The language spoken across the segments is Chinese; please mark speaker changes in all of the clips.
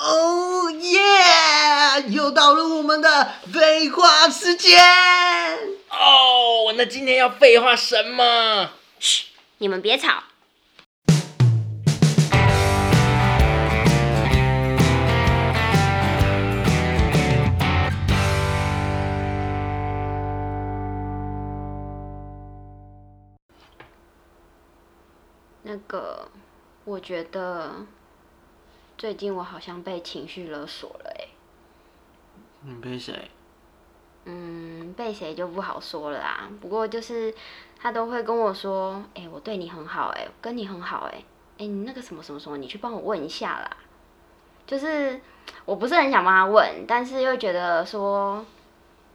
Speaker 1: Oh 又到了我们的废话时间。
Speaker 2: 哦，那今天要废话什么？
Speaker 3: 嘘，你们别吵。那个，我觉得最近我好像被情绪勒索了、欸，哎，
Speaker 1: 你被谁？
Speaker 3: 嗯，被谁就不好说了啦。不过就是他都会跟我说，哎、我对你很好、哎，跟你很好、哎，哎，你那个什么什么什么，你去帮我问一下啦。就是我不是很想帮他问，但是又觉得说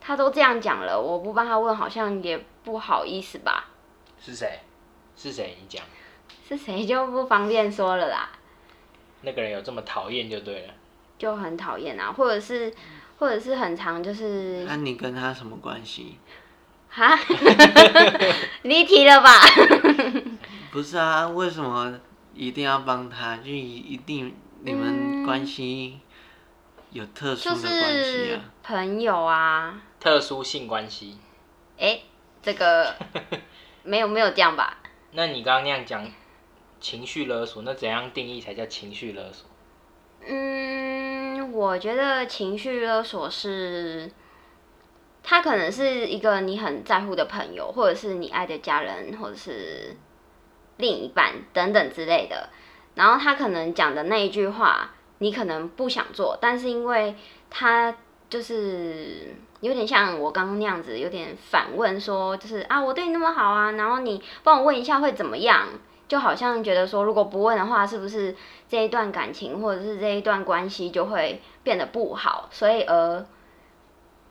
Speaker 3: 他都这样讲了，我不帮他问好像也不好意思吧。
Speaker 2: 是谁？是谁？你讲，
Speaker 3: 是谁就不方便说了啦，
Speaker 2: 那个人有这么讨厌就对了。
Speaker 3: 就很讨厌啊，或者是，或者是很常就是
Speaker 1: 那、你跟他什么关系？
Speaker 3: 哈， 离题了吧？
Speaker 1: 不是啊，为什么一定要帮他？就一一定你们
Speaker 3: 嗯
Speaker 1: 关系有特殊
Speaker 3: 就
Speaker 1: 的关系
Speaker 3: 是
Speaker 1: 啊？
Speaker 3: 朋友啊，
Speaker 2: 特殊性关系。
Speaker 3: 哎、这个没有没有这样吧？
Speaker 2: 那你刚刚那样讲情绪勒索，那怎样定义才叫情绪勒索？
Speaker 3: 嗯，我觉得情绪勒索是，他可能是一个你很在乎的朋友，或者是你爱的家人，或者是另一半等等之类的。然后他可能讲的那一句话，你可能不想做，但是因为他就是有点像我刚刚那样子，有点反问说，就是啊，我对你那么好啊，然后你帮我问一下会怎么样？就好像觉得说，如果不问的话，是不是这一段感情或者是这一段关系就会变得不好？所以而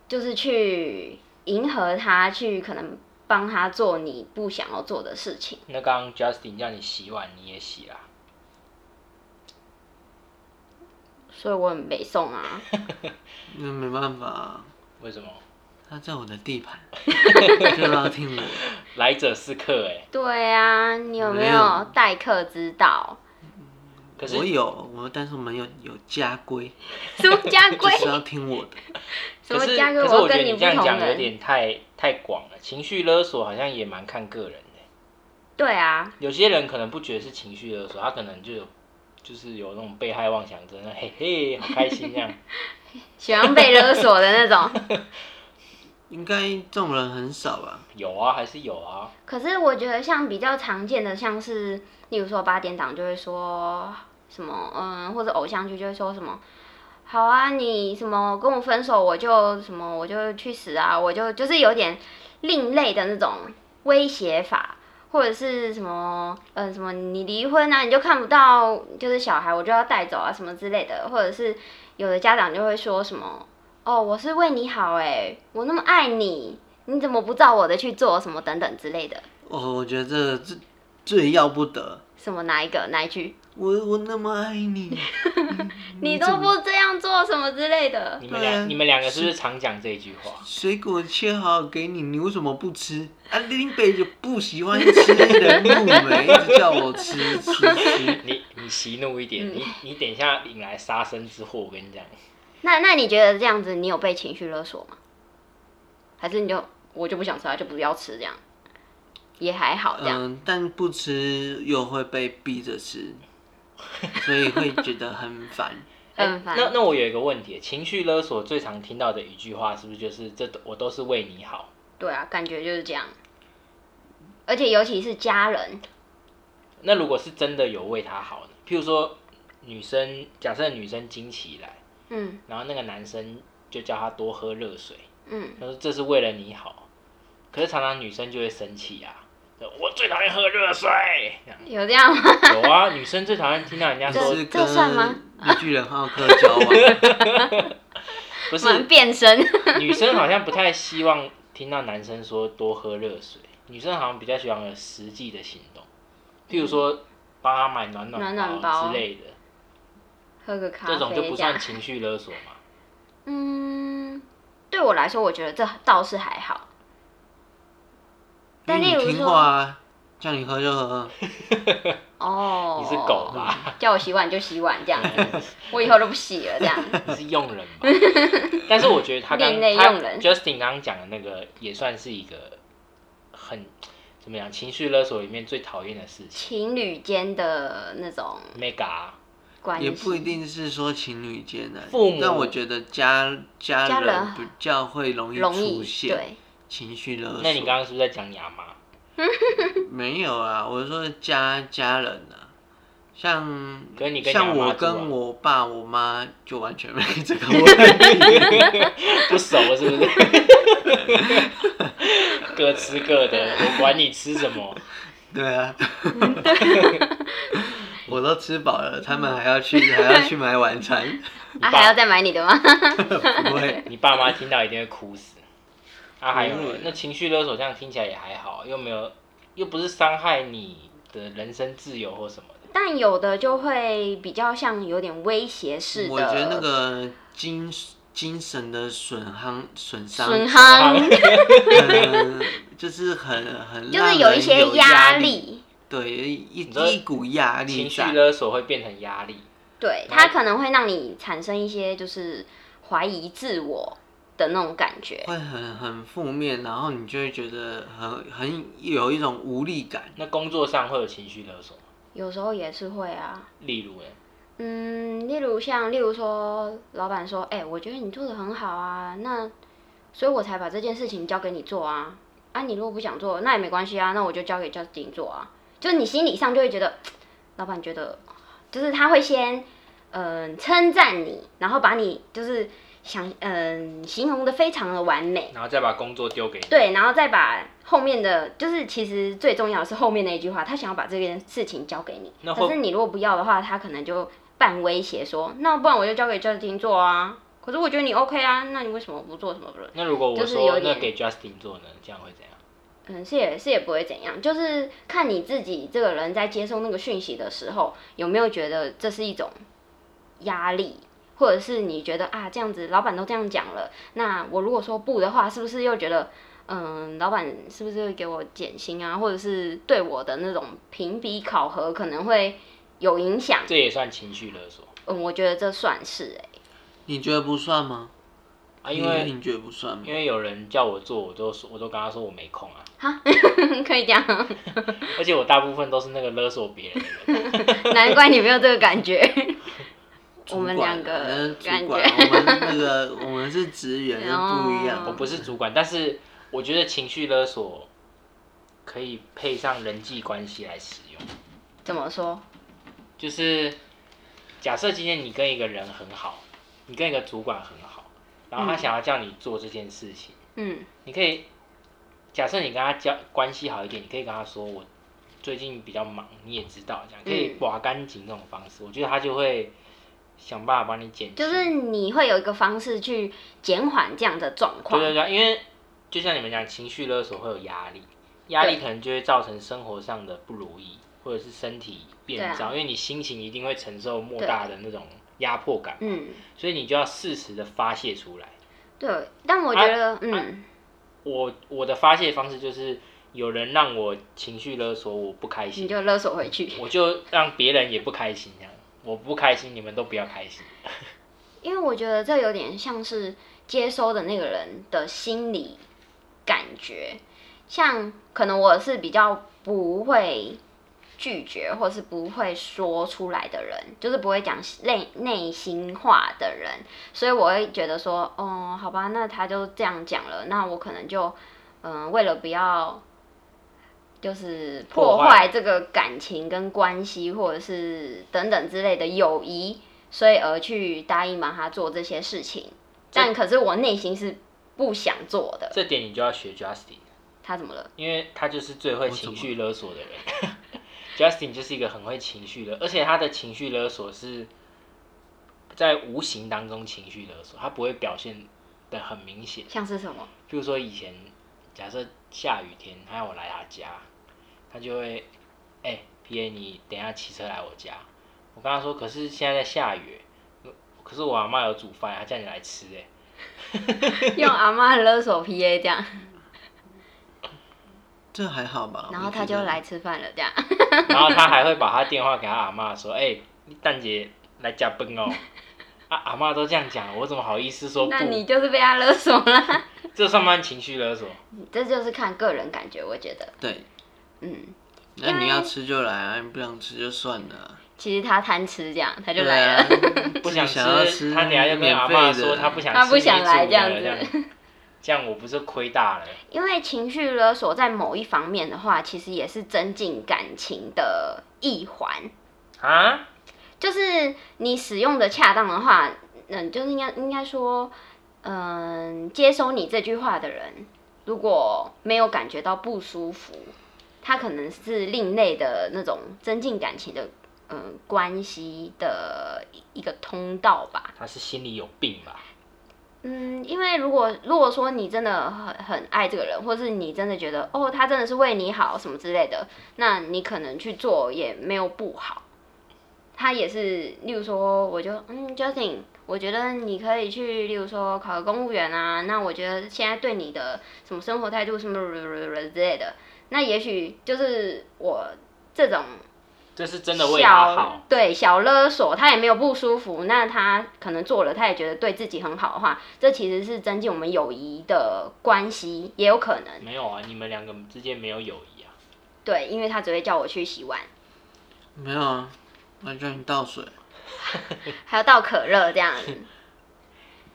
Speaker 3: 就是去迎合他，去可能帮他做你不想要做的事情。
Speaker 2: 那刚刚 Justin 叫你洗碗，你也洗啦。
Speaker 3: 所以我很没送啊。
Speaker 1: 那没办法、啊，
Speaker 2: 为什么？
Speaker 1: 他在我的地 盘，就要听我。
Speaker 2: 来者是客哎、
Speaker 3: 对啊，你有没
Speaker 1: 没有
Speaker 3: 有待客之道？
Speaker 2: 可是
Speaker 1: 我有我，但是我们有有家规，
Speaker 3: 什么家规
Speaker 1: 就？ 是要听我的。
Speaker 3: 什
Speaker 2: 可
Speaker 3: 么
Speaker 2: 是
Speaker 3: 家规？
Speaker 2: 可是我觉得
Speaker 3: 跟
Speaker 2: 你
Speaker 3: 你
Speaker 2: 这
Speaker 3: 不
Speaker 2: 样
Speaker 3: 同
Speaker 2: 讲有
Speaker 3: 人。
Speaker 2: 点太太广了，情绪勒索好像也蛮看个人的欸、
Speaker 3: 对啊，
Speaker 2: 有些人可能不觉得是情绪勒索，他可能就有就是有那种被害妄想症，嘿嘿，好开心 这样。
Speaker 3: 喜欢被勒索的那种。
Speaker 1: 应该这种人很少吧？
Speaker 2: 有啊，还是有啊。
Speaker 3: 可是我觉得像比较常见的，像是例如说八点档就会说什么，嗯，或者偶像剧就会说什么。好啊，你什么跟我分手，我就什么我就去死啊，我就就是有点另类的那种威胁法，或者是什么嗯、呃、什么你离婚啊，你就看不到就是小孩，我就要带走啊什么之类的，或者是有的家长就会说什么哦，我是为你好哎、我那么爱你，你怎么不照我的去做什么等等之类的，
Speaker 1: 哦我我觉得这个最最要不得。
Speaker 3: 什么哪一个哪一句，
Speaker 1: 我我那么爱 你，
Speaker 3: 你都不这样做什么之类的，
Speaker 2: 你们
Speaker 1: 对啊
Speaker 2: 两你们两个是不是常讲这句话？
Speaker 1: 水果切好给你，你为什么不吃？啊，林北就不喜欢吃人入梅，一直叫我吃吃 吃。
Speaker 2: 你你息怒一
Speaker 3: 嗯
Speaker 2: 点，你你等一下引来杀身之祸，我跟你讲。哎
Speaker 3: 那那你觉得这样子，你有被情绪勒索吗？还是你就我就不想吃啊，就不要吃这样，也还好这样。
Speaker 1: 嗯，但不吃又会被逼着吃，所以会觉得很烦。
Speaker 3: 很烦
Speaker 2: 嗯哎那那我有一个问题，情绪勒索最常听到的一句话是不是就是这我都是为你好？
Speaker 3: 对啊，感觉就是这样。而且尤其是家人，
Speaker 2: 那如果是真的有为他好呢？譬如说女生，假设女生经期来，
Speaker 3: 嗯
Speaker 2: 然后那个男生就叫她多喝热水，
Speaker 3: 嗯，
Speaker 2: 他说这是为了你好，可是常常女生就会生气啊，就我最讨厌喝热水。 这样
Speaker 3: 有这样吗？
Speaker 2: 有啊，女生最讨厌听到人 家
Speaker 3: 这
Speaker 2: 说
Speaker 1: 是
Speaker 3: 这算吗
Speaker 1: 跟绿巨人浩克交往，
Speaker 2: 不是
Speaker 3: 蛮变身，
Speaker 2: 女生好像不太希望听到男生说多喝热水，女生好像比较喜欢有实际的行动，譬如说帮她买暖
Speaker 3: 嗯暖
Speaker 2: 包
Speaker 3: 暖包
Speaker 2: 之类的，
Speaker 3: 喝个咖
Speaker 2: 这种就
Speaker 3: 啡
Speaker 2: 不
Speaker 3: 这样
Speaker 2: 算。情绪勒索 嘛。
Speaker 3: 嗯，对我 来说，我觉得这倒是还好。但
Speaker 1: 你
Speaker 3: 例如
Speaker 1: 听
Speaker 3: 说
Speaker 1: 话啊，叫你喝就喝，
Speaker 3: 哦，
Speaker 2: 你是狗啊吧？
Speaker 3: 叫我洗碗就洗碗这样子，我以后都不洗了这样。
Speaker 2: 你是佣 人吧？但是我觉得他刚
Speaker 3: 另类
Speaker 2: 他
Speaker 3: 佣人
Speaker 2: Justin 刚刚讲的那个也算是一个很怎么样情绪勒索里面最讨厌的事情。
Speaker 3: 情侣间的那种
Speaker 2: mega 啊
Speaker 3: 关系，
Speaker 1: 也不一定是说情侣间的、
Speaker 2: 父母
Speaker 1: 但我觉得家家
Speaker 3: 家
Speaker 1: 人
Speaker 3: 人
Speaker 1: 比较会容易
Speaker 3: 容易
Speaker 1: 出现
Speaker 3: 对啊
Speaker 1: 情绪勒索。
Speaker 2: 那你刚刚是不是在讲你阿妈？
Speaker 1: 没有啊？我是说家家人啊，像
Speaker 2: 可是你跟你阿
Speaker 1: 像
Speaker 2: 妈
Speaker 1: 我
Speaker 2: 住啊
Speaker 1: 跟我爸我妈就完全没这 个问题。
Speaker 2: 不熟了是 不是？各吃各的，我管你吃什么。
Speaker 1: 对 啊，我都吃饱了，他
Speaker 3: 嗯
Speaker 1: 们还要去还要去买晚 餐，
Speaker 3: 啊，
Speaker 2: 爸
Speaker 3: 还要再买你的吗？
Speaker 1: 不会。
Speaker 2: 你爸妈听到一定会哭死。啊，还有
Speaker 1: 没有
Speaker 2: 呢那情绪勒索这样听起来也还好，又没有，又不是伤害你的人身自由或什么的。
Speaker 3: 但有的就会比较像有点威胁式的，
Speaker 1: 我觉得那个精精神的损伤损伤，
Speaker 3: 损 耗，
Speaker 1: 很就是很很
Speaker 3: 就
Speaker 1: 让人
Speaker 3: 是有
Speaker 1: 有
Speaker 3: 一些
Speaker 1: 压
Speaker 3: 压，力，
Speaker 1: 对，一
Speaker 2: 你说
Speaker 1: 一股压力
Speaker 2: 情绪
Speaker 1: 在。
Speaker 2: 勒索会变成压力，
Speaker 3: 对，
Speaker 2: 然后
Speaker 3: 它可能会让你产生一些就是怀疑自我的那种感觉。
Speaker 1: 会很很负面，然后你就会觉得很很有一种无力感。
Speaker 2: 那工作上会有情绪勒索吗，
Speaker 3: 有时候也是会啊，
Speaker 2: 例如呢，
Speaker 3: 嗯，例如像，例如说，老板说，哎、我觉得你做的很好啊，那，所以我才把这件事情交给你做啊，啊，你如果不想做，那也没关系啊，那我就交给 Justin 做啊，就是你心理上就会觉得，老板觉得，就是他会先，嗯、称赞你，然后把你就是想，嗯、形容的非常的完美，
Speaker 2: 然后再把工作丢给你，
Speaker 3: 对，然后再把后面的，就是其实最重要的是后面那一句话，他想要把这件事情交给你，
Speaker 2: 那会
Speaker 3: 可是你如果不要的话，他可能就半威胁说，那不然我就交给 Justin 做啊。可是我觉得你 OK 啊，那你为什么不做什么不
Speaker 2: 那如果我
Speaker 3: 就是
Speaker 2: 说
Speaker 3: 有
Speaker 2: 那
Speaker 3: 点
Speaker 2: 给 Justin 做呢，这样会怎样？
Speaker 3: 嗯，是也是也不会怎样，就是看你自己这个人在接受那个讯息的时候，有没有觉得这是一种压力，或者是你觉得啊这样子，老板都这样讲了，那我如果说不的话，是不是又觉得嗯，老板是不是会给我减薪啊，或者是对我的那种评比考核可能会有影响？
Speaker 2: 这也算情绪勒索
Speaker 3: 嗯，我觉得这算是 哎、
Speaker 1: 你觉得不算吗？
Speaker 2: 啊，因为
Speaker 1: 你你觉得不算吗？
Speaker 2: 因为有人叫我做，我都说我都跟他说我没空啊，
Speaker 3: 可以这样，
Speaker 2: 而且我大部分都是那个勒索别人的人，
Speaker 3: 难怪你没有这个感觉。 我
Speaker 1: 主
Speaker 3: 们
Speaker 1: 管
Speaker 3: 两
Speaker 1: 啊那是
Speaker 3: 个
Speaker 1: 主
Speaker 3: 感
Speaker 1: 管，
Speaker 3: 觉。
Speaker 1: 我们那个我们是职员， 是不一样。
Speaker 3: 哦
Speaker 2: 我不是主管，但是我觉得情绪勒索可以配上人际关系来使用，
Speaker 3: 怎么说？
Speaker 2: 就是假设今天你跟一个人很好，你跟一个主管很好，然后他
Speaker 3: 嗯
Speaker 2: 想要叫你做这件事情，
Speaker 3: 嗯
Speaker 2: 你可以假设你跟他交关系好一点，你可以跟他说我最近比较忙，你也知道，这样可以
Speaker 3: 嗯
Speaker 2: 把干净这种方式，我觉得他就会想办法帮你减轻，
Speaker 3: 就是你会有一个方式去减缓这样的状况。
Speaker 2: 对对对，因为就像你们讲，情绪勒索会有压力，压力
Speaker 3: 对
Speaker 2: 可能就会造成生活上的不如意，或者是身体
Speaker 3: 对
Speaker 2: 变
Speaker 3: 啊
Speaker 2: 糟，因为你心情一定会承受莫大的那种压迫感，
Speaker 3: 嗯，
Speaker 2: 所以你就要适时的发泄出来。
Speaker 3: 对。但我觉得，嗯、
Speaker 2: 我我的发泄方式就是有人让我情绪勒索，我不开
Speaker 3: 你
Speaker 2: 心，
Speaker 3: 就勒索回去，
Speaker 2: 我就让别人也不开心，这样我不开心，你们都不要开心。
Speaker 3: 因为我觉得这有点像是接收的那个人的心理感觉。像可能我是比较不会拒绝，或是不会说出来的人，就是不会讲内内心话的人，所以我会觉得说，哦、好吧，那他就这样讲了，那我可能就，嗯、为了不要。就是破
Speaker 2: 破坏
Speaker 3: 坏这个感情跟关系，或者是等等之类的友谊，所以而去答应帮他做这些事情。但可是我内心是不想做的。
Speaker 2: 这点你就要学 Justin，
Speaker 3: 他怎么了？
Speaker 2: 因为他就是最会
Speaker 1: 我怎
Speaker 2: 情
Speaker 1: 么
Speaker 2: 绪勒索的人。Justin 就是一个很会情绪勒，而且他的情绪勒索是在无形当中情绪勒索，他不会表现的很明显。
Speaker 3: 像是什么？
Speaker 2: 譬如说以前，假设下雨天，他要我来他家，他就会，哎、p A 你等一下骑车来我家。我跟他说，可是现在在下雨，可是我阿妈有煮饭，她叫你来吃、哎，
Speaker 3: 用阿妈勒索 PA 这样？
Speaker 1: 这还好吧？
Speaker 3: 然
Speaker 1: 我
Speaker 3: 后
Speaker 1: 觉
Speaker 3: 他就
Speaker 1: 得
Speaker 3: 来吃饭了，这样。
Speaker 2: 然后他还会把他电话给他阿妈说：“哎、你蛋姐来加班 哦。”啊，阿妈都这样讲，我怎么好意思说
Speaker 3: 那你
Speaker 2: 不？
Speaker 3: 就是被他勒索啦。
Speaker 2: 这算不算情绪勒索？
Speaker 3: 这就是看个人感觉，我觉得，
Speaker 1: 对，
Speaker 3: 嗯，
Speaker 1: 那你要吃就来啊，你不想吃就算了啊。
Speaker 3: 其实他贪吃，这样他就
Speaker 1: 对
Speaker 3: 来了。
Speaker 1: 啊，
Speaker 2: 不
Speaker 1: 自己
Speaker 2: 想
Speaker 1: 想要吃
Speaker 2: 他等下又跟阿
Speaker 1: 免
Speaker 2: 妈说
Speaker 1: 费的
Speaker 2: 他不想吃，
Speaker 3: 他不想来
Speaker 2: 这样
Speaker 3: 这样
Speaker 2: 子，这样我不是亏大了？
Speaker 3: 因为情绪勒索在某一方面的话，其实也是增进感情的一环。
Speaker 2: 啊，
Speaker 3: 就是你使用的恰当的话，嗯，就是应该应该说，嗯，接收你这句话的人，如果没有感觉到不舒服，他可能是另类的那种增进感情的，嗯，关系的一个通道吧。
Speaker 2: 他是心里有病吧？
Speaker 3: 嗯，因为如果如果说你真的很很爱这个人，或是你真的觉得哦，他真的是为你好什么之类的，那你可能去做也没有不好。他也是，例如说，我就嗯，Justin，我觉得你可以去，例如说考个公务员啊。那我觉得现在对你的什么生活态度什么之类的，那也许就是我这种
Speaker 2: 这是真的啊为他
Speaker 3: 小
Speaker 2: 好，
Speaker 3: 对小勒索，他也没有不舒服，那他可能做了，他也觉得对自己很好的话，这其实是增进我们友谊的关系，也有可能
Speaker 2: 没有啊？你们两个之间没有友谊啊？
Speaker 3: 对，因为他只会叫我去洗 碗，
Speaker 1: 没有啊，那叫你倒水。
Speaker 3: 还要倒可乐这样子，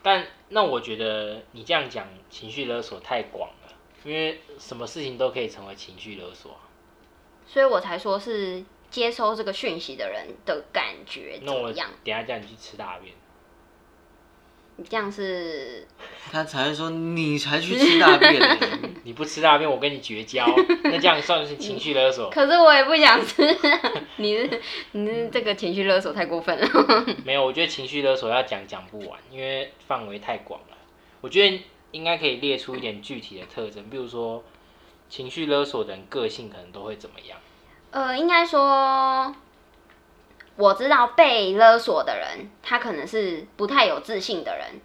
Speaker 2: 但那我觉得你这样讲情绪勒索太广了，因为什么事情都可以成为情绪勒索啊。
Speaker 3: 所以我才说是接收这个讯息的人的感觉
Speaker 2: 那
Speaker 3: 怎
Speaker 2: 我
Speaker 3: 么
Speaker 2: 等
Speaker 3: 样？
Speaker 2: 一下叫你去吃大便，
Speaker 3: 你这样是
Speaker 1: 他才会说你才去吃大便呢，
Speaker 2: 你不吃大便我跟你 绝交，那这样算是情绪勒索？
Speaker 3: 可是我也不想吃， 你是你是这个情绪勒索太过分了。
Speaker 2: 没有，我觉得情绪勒索要讲讲不完，因为范围太广了。我觉得应该可以列出一点具体的特征，比如说情绪勒索的人个性可能都会怎么样？
Speaker 3: 呃，应该说，我知道被勒索的人，他可能是不太有自信的人，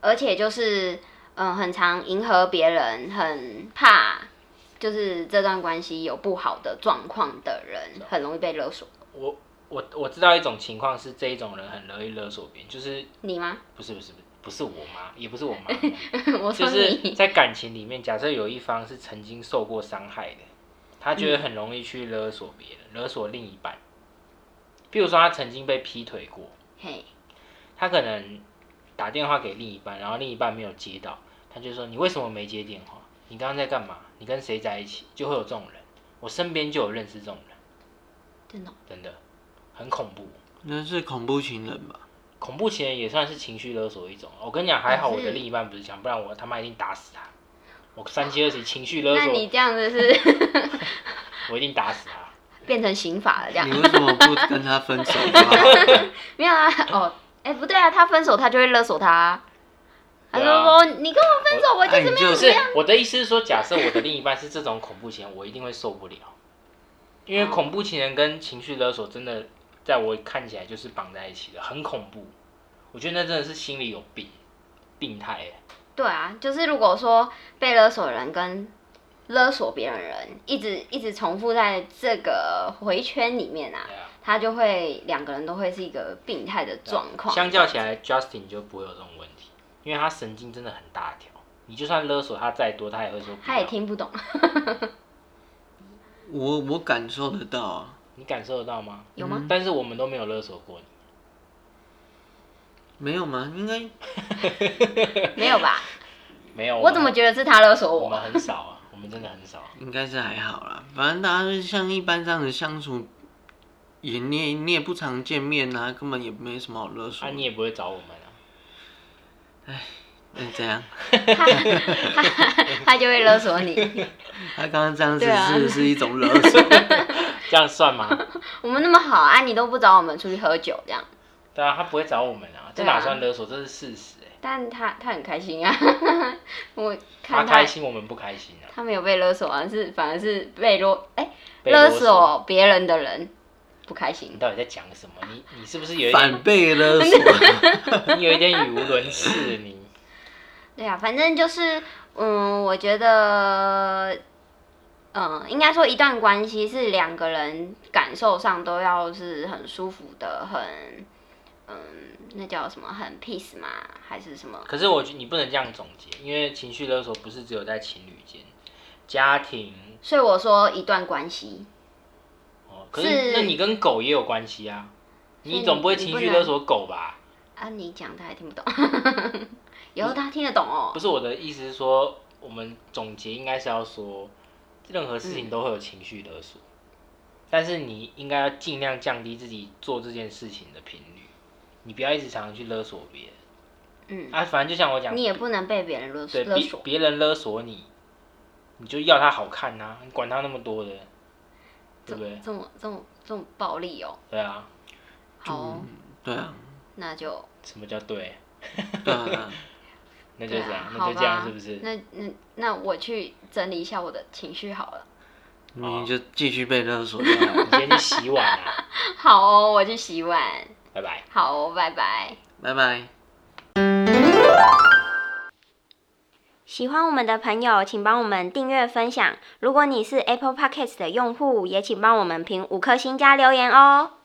Speaker 3: 而且就是嗯、呃很常迎合别人，很怕就是这段关系有不好的状况的人，很容易被勒索。
Speaker 2: 我我我知道一种情况是这一种人很容易勒索别人，就是
Speaker 3: 你吗？
Speaker 2: 不是不是不是不是我妈，也不是我妈，
Speaker 3: 我
Speaker 2: 就
Speaker 3: 说
Speaker 2: 是
Speaker 3: 你，
Speaker 2: 在感情里面，假设有一方是曾经受过伤害的，他觉
Speaker 3: 嗯
Speaker 2: 得很容易去勒索别人，勒索另一半。比如说他曾经被劈腿过，
Speaker 3: 嘿，
Speaker 2: 他可能打电话给另一半，然后另一半没有接到，他就说你为什么没接电话？你刚刚在干嘛？你跟谁在一起？就会有这种人，我身边就有认识这种人，
Speaker 3: 真的哦，
Speaker 2: 真的很恐怖。
Speaker 1: 那是恐怖情人吧？
Speaker 2: 恐怖情人也算是情绪勒索一种。我跟你讲，还好我
Speaker 3: 是
Speaker 2: 的另一半不是这样，不然我他妈一定打死他。我三七二十一情绪勒
Speaker 3: 那
Speaker 2: 索，
Speaker 3: 你这样子 是
Speaker 2: 我一定打死他。
Speaker 3: 变成刑法了这样
Speaker 1: 你？为什么不跟他分手啊？
Speaker 3: 没有啊，哦，哎、不对啊，他分手他就会勒索他啊、他
Speaker 2: 对
Speaker 3: 就
Speaker 2: 啊哎
Speaker 3: 说、哦你跟我分手， 我就是
Speaker 1: 哎你
Speaker 2: 不
Speaker 1: 就是
Speaker 2: 我的意思是说，假设我的另一半是这种恐怖情人，我一定会受不了，因
Speaker 3: 哦
Speaker 2: 为恐怖情人跟情绪勒索真的，在我看起来就是绑在一起的，很恐怖。我觉得那真的是心里有病，病态欸耶。
Speaker 3: 对啊，就是如果说被勒索的人跟勒索别人的人一直一直重复在这个回圈里面啊，
Speaker 2: 对啊，
Speaker 3: 他就会两个人都会是一个病态的状况。
Speaker 2: 相较起来，Justin 就不会有这种问题，因为他神经真的很大条。你就算勒索他再多，他也会说不
Speaker 3: 他也
Speaker 2: 要。
Speaker 3: 听不 懂，
Speaker 1: 我我感受得到啊，
Speaker 2: 你感受得到吗？
Speaker 3: 有吗？
Speaker 2: 但是我们都没有勒索过你，
Speaker 1: 没有吗？应该
Speaker 3: 没有吧？
Speaker 2: 没有。
Speaker 3: 我怎么觉得是他勒索
Speaker 2: 我
Speaker 3: 我？
Speaker 2: 们很少啊？我们真的很少。
Speaker 1: 应该是还好啦，反正大家就是像一般这样子相处，也你也你也不常见面啊，根本也没什么好勒索
Speaker 2: 啊，。你也不会找我们啊。
Speaker 1: 嗯，这样，
Speaker 3: 他就会勒索 你。
Speaker 1: 他刚刚这样子
Speaker 3: 对啊
Speaker 1: 是不是一种勒索？
Speaker 2: 这样算吗？
Speaker 3: 我们那么好啊，你都不找我们出去喝酒这样，
Speaker 2: 对啊，他不会找我们啊，这
Speaker 3: 对啊
Speaker 2: 哪算勒索？这是事实哎、
Speaker 3: 但他他很开心啊。 我
Speaker 2: 他
Speaker 3: 看他
Speaker 2: 开心，我们不开心啊。
Speaker 3: 他没有被勒索啊，是反而是被勒哎、
Speaker 2: 被
Speaker 3: 勒
Speaker 2: 索，
Speaker 3: 索别人的人不开心
Speaker 2: 你。到底在讲什么？你你是不是有一点
Speaker 1: 反被勒 索，
Speaker 2: 你有一点语无伦次？你
Speaker 3: 对啊，反正就是，嗯，我觉得，嗯、嗯，应该说一段关系是两个人感受上都要是很舒服的，很嗯，那叫什么？很 peace 吗？还是什么？
Speaker 2: 可是我觉得你不能这样总结，因为情绪勒索不是只有在情侣间，家庭
Speaker 3: 所以我说一段关系，
Speaker 2: 哦，可是
Speaker 3: 是
Speaker 2: 那你跟狗也有关系啊，
Speaker 3: 所以
Speaker 2: 你总不会
Speaker 3: 你
Speaker 2: 情
Speaker 3: 不
Speaker 2: 绪
Speaker 3: 能
Speaker 2: 勒索狗吧？
Speaker 3: 啊，你讲他还听不懂， 以后他听得懂哦
Speaker 2: 不。是我的意思是说，我们总结应该是要说，任何事情都会有情绪勒索，但是你应该要尽量降低自己做这件事情的频率，你不要一直常常去勒索别人
Speaker 3: 嗯，
Speaker 2: 啊。反正就像我讲，
Speaker 3: 你也不能被别人勒
Speaker 2: 对
Speaker 3: 勒
Speaker 2: 别
Speaker 3: 索。
Speaker 2: 别人勒索你，你就要他好看呐、啊你管他那么多的，对不对？
Speaker 3: 这么这么这么暴力哦。
Speaker 2: 对啊，
Speaker 3: 好哦，
Speaker 1: 对啊，
Speaker 3: 那就
Speaker 2: 什么叫对？
Speaker 1: 对啊，对啊
Speaker 2: 那就这
Speaker 3: 对
Speaker 2: 样，
Speaker 3: 啊
Speaker 2: 那就这
Speaker 3: 好
Speaker 2: 样，
Speaker 3: 吧
Speaker 2: 是不是？
Speaker 3: 那那那我去整理一下我的情绪好了。
Speaker 1: 你就继续被勒索就好了
Speaker 2: 你先去洗碗啊，
Speaker 3: 好哦，我去洗碗。
Speaker 2: 拜拜。
Speaker 3: 好哦，拜拜。
Speaker 1: 拜拜。
Speaker 3: 喜欢我们的朋友，请帮我们订阅分享。如果你是 Apple Podcast 的用户，也请帮我们评五颗星加留言哦。